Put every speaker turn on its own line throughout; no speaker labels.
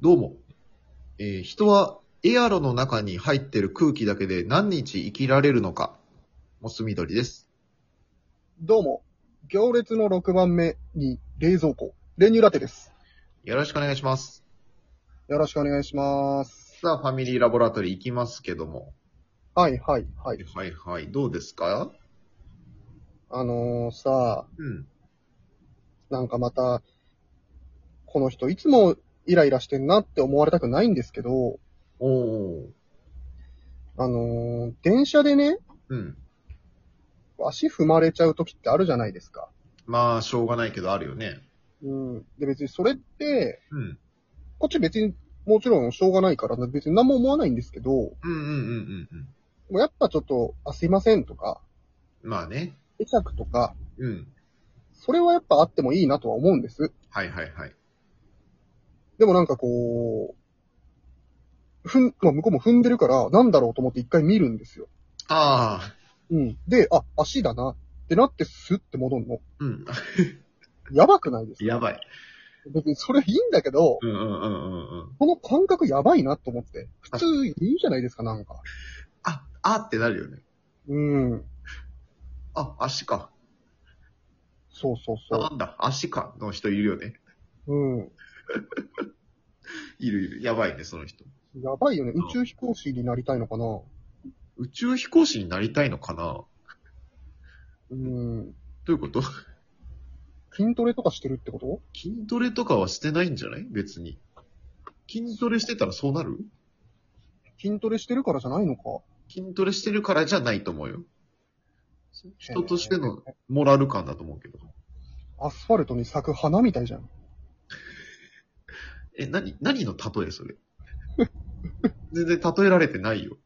どうも。えー人はエアロの中に入ってる空気だけで何日生きられるのか。モス緑です。
どうも、行列の6番目に冷蔵庫、練乳ラテです。
よろしくお願いします。
よろしくお願いします。
さあ、ファミリーラボラトリー行きますけども。
はいはいはい。
はいはい。どうですか
あのー、さあ、
うん。
なんかまた、この人いつもイライラしてんなって思われたくないんですけど、
おー。
あのー、電車でね、
うん。
足踏まれちゃう時ってあるじゃないですか。
まあ、しょうがないけどあるよね。
うん。で別にそれって、
うん。
こっち別に、もちろんしょうがないから、別に何も思わないんですけど、も
うんうんうんうんうん。
うやっぱちょっと、あ、すいませんとか、
まあね。
会釈とか、
うん。
それはやっぱあってもいいなとは思うんです。
はいはいはい。
でもなんかこう、ふん、まあ、向こうも踏んでるから、なんだろうと思って一回見るんですよ。
ああ。
うん。で、あ、足だなってなってスッて戻んの。
うん。
やばくないですか
やばい。
別にそれいいんだけど、
うんうんうんうんうん。
この感覚やばいなと思って。普通いいじゃないですか、なんか。
あ、あってなるよね。
うん。
あ、足か。
そうそう
な
そ
んだ、足かの人いるよね。
う。うん。
いるいる。やばいね、その人。
やばいよね。宇宙飛行士になりたいのかな
宇宙飛行士になりたいのかなど
うん。
ういうこと
筋トレとかしてるってこと
筋トレとかはしてないんじゃない別に。筋トレしてたらそうなる
筋トレしてるからじゃないのか。
筋トレしてるからじゃないと思うよ。人としてのモラル感だと思うけど。
アスファルトに咲く花みたいじゃん。
え、何何の例えそれ全然例えられてないよ。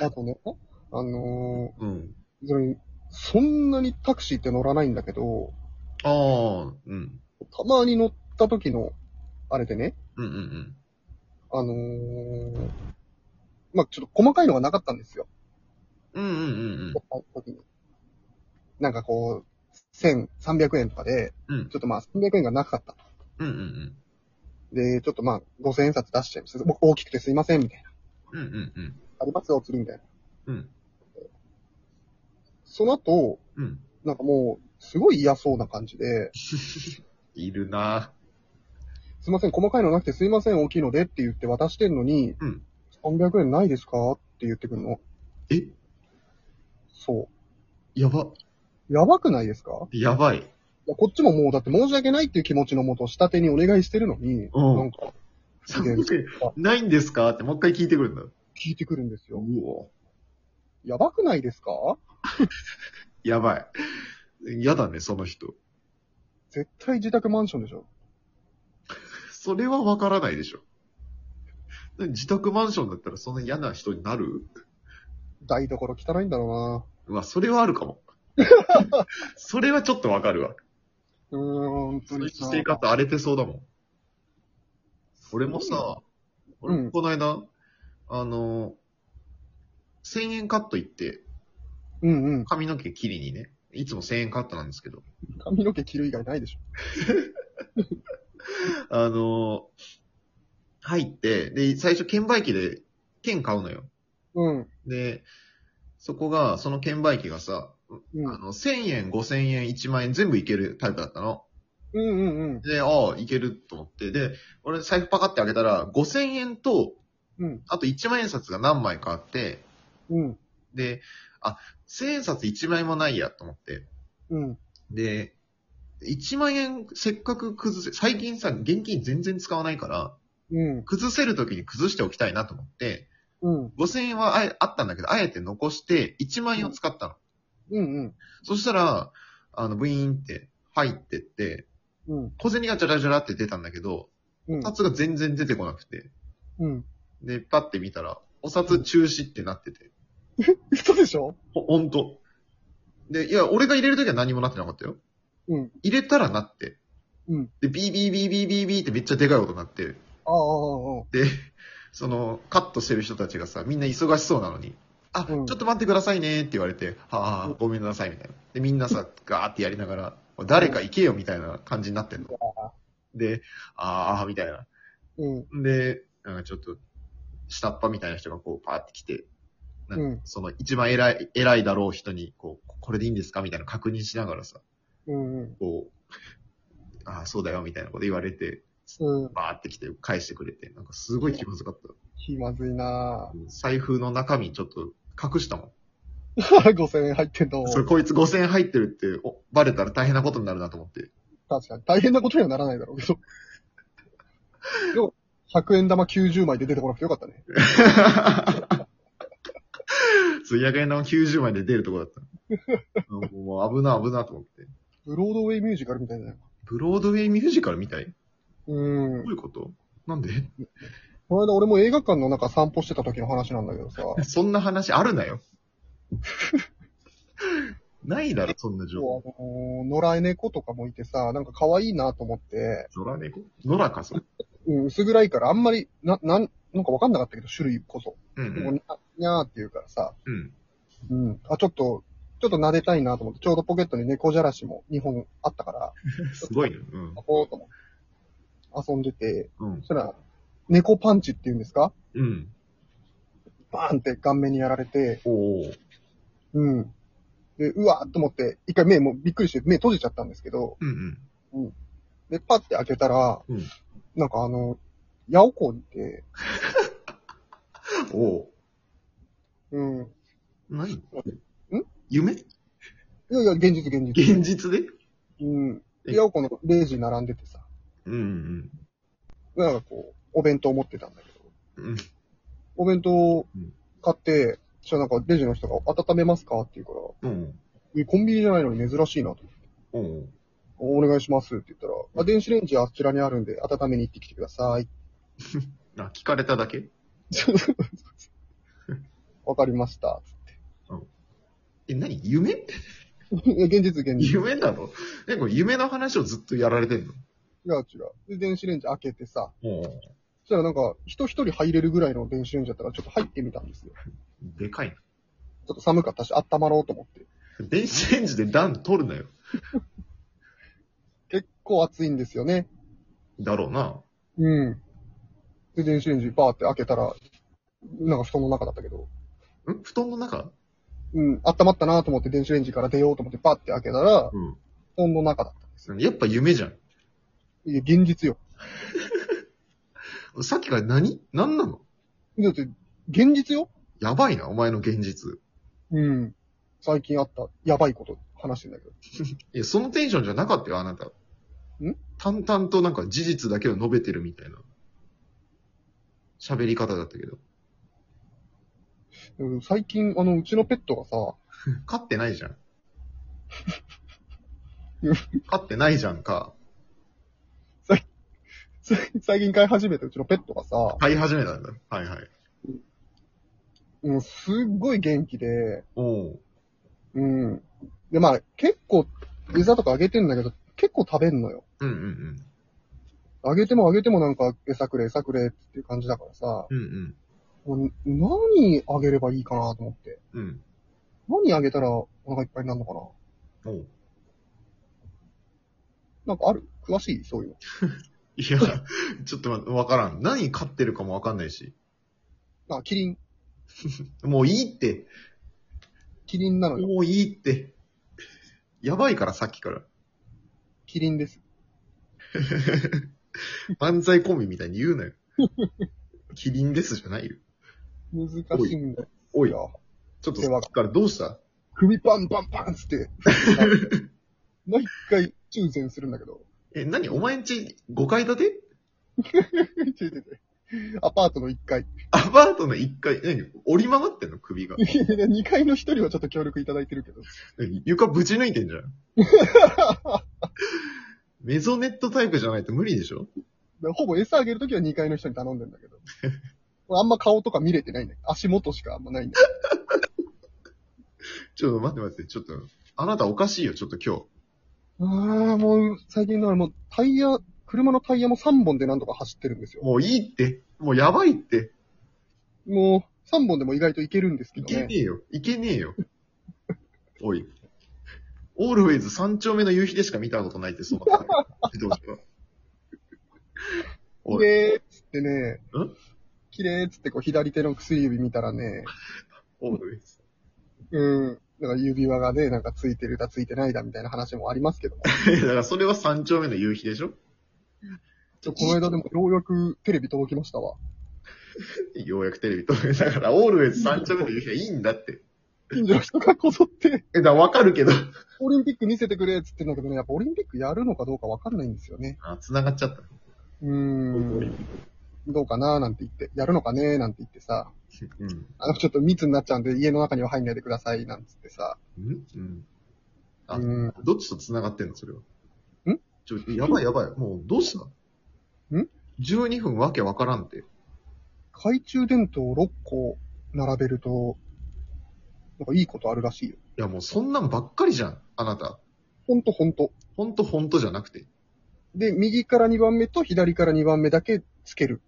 あとね、あのー、
うん。
それそんなにタクシーって乗らないんだけど、
ああ、うん。
たまに乗った時の、あれでね、
うんうんうん。
あのー、まあ、ちょっと細かいのがなかったんですよ。
うんうんうん
乗った時に。なんかこう、1300円とかで、
うん。うん
ちょっとまあ、300円がなかった。
うんうん
で、ちょっとまあ、5000円札出しちゃいます。僕大きくてすいません、みたいな。
うん。うんうんうん。
ありますよ、お釣りみたいな。
うん。
その後、
うん。
なんかもう、すごい嫌そうな感じで、
いるな
すいません、細かいのなくてすいません、大きいのでって言って渡してんのに、
うん
300円ないですかって言ってくるの。
ぁえ
そ
やば。
う。やばくないですか
やばい。
いやこっちももうだって申し訳ないっていう気持ちのもと、下手にお願いしてるのに、
うん
なんか
300円ないんですかってもう一回聞いてくるんだ。
聞いてくるんですよ。
うお
やばくないですか
やばい。やだね、その人。
絶対自宅マンションでしょ。
それはわからないでしょ。自宅マンションだったらそんな嫌な人になる
台所汚いんだろ
うわ、それはある かも。それはちょっとわかるわ。
うなうーん、
その人生活荒れてそうだもん。俺もさ、
うん
俺もこの間、あの、1000円カット行って、
うんうん。
髪の毛切りにね、いつも1000円カットなんですけど、
髪の毛切る以外ないでしょ。
あのー入って、で、最初券売機で券買うのよ。
うん。
で、そこが、その券売機がさ、
う
あ
ん。
の、1000円、5000円、1万円全部いけるタイプだったの。
うんうんうん。
で、ああ、いけると思って。で、俺財布パカって開けたら、5000円と、
うん。
あと1万円札が何枚かあって、
うん。
で、あ、1000円札1枚もないやと思って。
うん。
で、1万円せっかく崩せ、最近さ、現金全然使わないから、
うん。
崩せるときに崩しておきたいなと思って、
うん。
5000円はあえあったんだけど、あえて残して1万円を使ったの。
うんうん。
そしたら、あの、ブイーンって入ってって、
うん。
小銭がジャラジャラって出たんだけど、
うん。
札が全然出てこなくて。
うん。
で、パッて見たら、お札中止ってなってて。
嘘でしょ
ほ、ほんと。で、いや、俺が入れるときは何もなってなかったよ。
うん。
入れたらなって。
うん。
で、ビービービービービービーってめっちゃでかい音になって。
ああ、ああ、
で、 その、カットしてる人たちがさ、みんな忙しそうなのに、あ、
うん
ちょっと待ってくださいねって言われて、はあ、ごめんなさいみたいな。で、みんなさ、ガーってやりながら、誰か行けよみたいな感じになってんの。
ああ。
で、あー、みたいな。
うん。
で、なんかちょっと、下っ端みたいな人がこう、パーって来て、なんか
うん
その一番偉い、偉いだろう人に、こう、これでいいんですかみたいな確認しながらさ、
うん。うん
こう、ああ、そうだよ、みたいなこと言われて、
うん。
バーって来て返してくれて、なんかすごい気まずかった。
気まずいな
財布の中身ちょっと隠したも
ぁ。5000円入ってんの
ん。それこいつ5000円入ってるって、お、バレたら大変なことになるなと思って。
確かに。大変なことにはならないだろうけど。でも、100円玉90枚で出てこなくてよかったね。
そう、野外の90枚で出るとこだった。もう危な危なと思って。
ブロードウェイミュージカルみたいな。
ブロードウェイミュージカルみたい
うん
どう。いうことなんで
この間俺も映画館の中散歩してた時の話なんだけどさ、
そんな話あるなよ。 ないだろ、そんな情報。
そうあのー野良猫とかもいてさ、なんか可愛いなと思って、
野良猫野良か、それ。
うん、薄暗いからあんまり、な、なん、なんかわかんなかったけど、種類こそ。
うん
でも、なにゃーって言うからさ、
うん。うん。
うん、あ、ちょっと、ちょっと撫でたいなと思って、ちょうどポケットに猫じゃらしも2本あったから、
すごいね。うん
あこうと思って、遊んでて、。
うん
そしたら、猫パンチって言うんですか。
うん。
バーンって顔面にやられて、
おー。
うん。で、うわーっと思って、一回目もうびっくりして目閉じちゃったんですけど、
うんうん。
で、パッて開けたら、
うん
なんかあの、ヤオコンって、
おー。
うん。
何ん
ん
夢
いやいや、現実現実。
現実で
うん。
え
でヤオコンのレジ並んでてさ、
うん
なんかこう、お弁当持ってたんだけど、
うん。うん。
お弁当
うん
買って、そしたらなんかレジの人が温めますかって言うから、
うん。
えコンビニじゃないのに珍しいなと思って。
うん。
お願いしますって言ったら、あ電子レンジあちらにあるんで温めに行ってきてください。
あ、聞かれただけ
わかりました。
え、何夢
いや現実現実。
夢なのえ、これ夢の話をずっとやられてんの
違う違う。で、電子レンジ開けてさ、
お
そしたらなんか、人一人入れるぐらいの電子レンジだったから、ちょっと入ってみたんですよ。
でかい
ちょっと寒かったし、温まろうと思って。
な。電子レンジで暖取るなよ。
結構暑いんですよね。
だろうな。
うん。で、電子レンジバーって開けたら、なんか布団の中だったけど、
ん布団の中
うん、温まったなと思って電子レンジから出ようと思ってバーって開けたら、
う
布団の中だったんですよ。
ん。やっぱ夢じゃん。
いや、現実よ。
さっきから何何なの
だって、現実よ
やばいな、お前の現実。
うん。最近あった、やばいこと話してんだけど。
いや、そのテンションじゃなかったよ、あなた。淡々となんか事実だけを述べてるみたいな。喋り方だったけど。
うん最近、あの、うちのペットがさ、
飼ってないじゃん。飼ってないじゃんか。
最近飼い始めたうちのペットがさ、
飼い始めたんだ。はいはい。
うん、すっごい元気で、
おう
うん。で、まあ、結構、餌とかあげてんだけど、結構食べんのよ。
うんうん
あげてもあげてもなんか、餌くれ、餌くれっていう感じだからさ、
うん。うん
もう何あげればいいかなと思って。
うん。うん。
何あげたらお腹いっぱいになるのかな
おう
なんかある詳しいそういうの。
いや、ちょっと待ってわからん。何飼ってるかもわかんないし。
あ、キリン。
もういいって。
キリンなのよ。
もういいって。やばいから、さっきから。
キリンです。
漫才コンビみたいに言うなよ。キリンですじゃないよ。
難しいんだよ。
おい
いや、
ちょっとさっきからどうした
首パンパンパンっ つって、毎回中禅するんだけど、
え、何お前んち5階建て
中禅でアパートの1階。
アパートの1階、何折り曲がってんの首が。
2階の1人はちょっと協力いただいてるけど。
何床ぶち抜いてんじゃん。 メゾネットタイプじゃないと無理でしょ
でほぼ餌あげるときは2階の人に頼んでんだ けど。俺あんま顔とか見れてないんだよ。足元しかあんまないんだよ。
ちょっと待って待って、ちょっと、あなたおかしいよ、ちょっと今日。
ああ、もう、最近だからもうタイヤ、車のタイヤも3本でなんとか走ってるんですよ。
もういいって。もうやばいって。
もう、3本でも意外といけるんですけ
い
ど
けね
ね。
えよ。いけねえよ。おい。オールウェイズ三丁目の夕日でしか見たことないって、その自動車は。
れーっつってね
ん、
綺麗っつってこう左手の薬指見たらね、
オールです。
うん、なんか指輪がね、なんかついてるだついてないだみたいな話もありますけども。
だからそれは三丁目の夕日でしょ
ちょこの間でもようやくテレビ届きましたわ。
ようやくテレビと。だから、オールウェイズ三丁目の夕日はいいんだって。
近所の人がこぞって、
え、だからわかるけど。
オリンピック見せてくれっつってんだけどね、やっぱオリンピックやるのかどうかわかんないんですよね。
あ、繋がっちゃった。
うー、
うん
どうかなーなんて言って、やるのかねーなんて言ってさ、
うん。
あの、ちょっと密になっちゃうんで家の中には入んないでくださいなんつってさ、
うん。あ
うん、
どっちと繋がってんのそれは。
ん
ちょ、やばいやばい。もう、どうした
ん
?12 分わけわからんって。
懐中電灯6個並べると、なんかいいことあるらしいよ。
いや、もうそんなんばっかりじゃん。あなた。
ほんとほんと。
ほんとほんとじゃなくて。
で、右から2番目と左から2番目だけつける。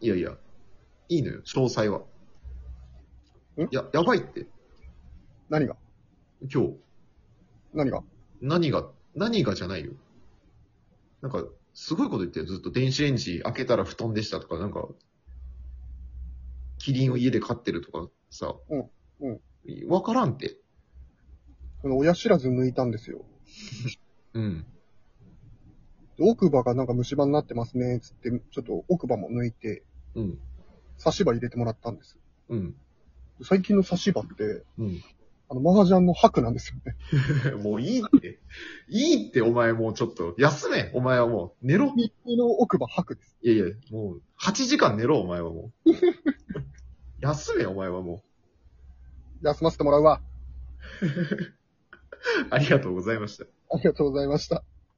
いやいや。いいのよ、詳細は。
ん
いや、やばいって。
何が
今日。
何が
何が、何がじゃないよ。なんか、すごいこと言ってよ。ずっと電子レンジ開けたら布団でしたとか、なんか、キリンを家で飼ってるとかさ。
うん
ん。わからんって。
この親知らず抜いたんですよ。
うん。
で奥歯がなんか虫歯になってますね、つって、ちょっと奥歯も抜いて、
うん。
差し歯入れてもらったんです。
うん。
最近の差し歯って、
うん。
あの、麻雀の白なんですよね。
もういいって。いいって、お前もうちょっと。休め、お前はもう。寝ろ。
右の奥歯白です。
いやいや、もう、8時間寝ろ、お前はも う。休め、お前はも
休ませてもらうわ。
う。ありがとうございました。
ありがとうございました。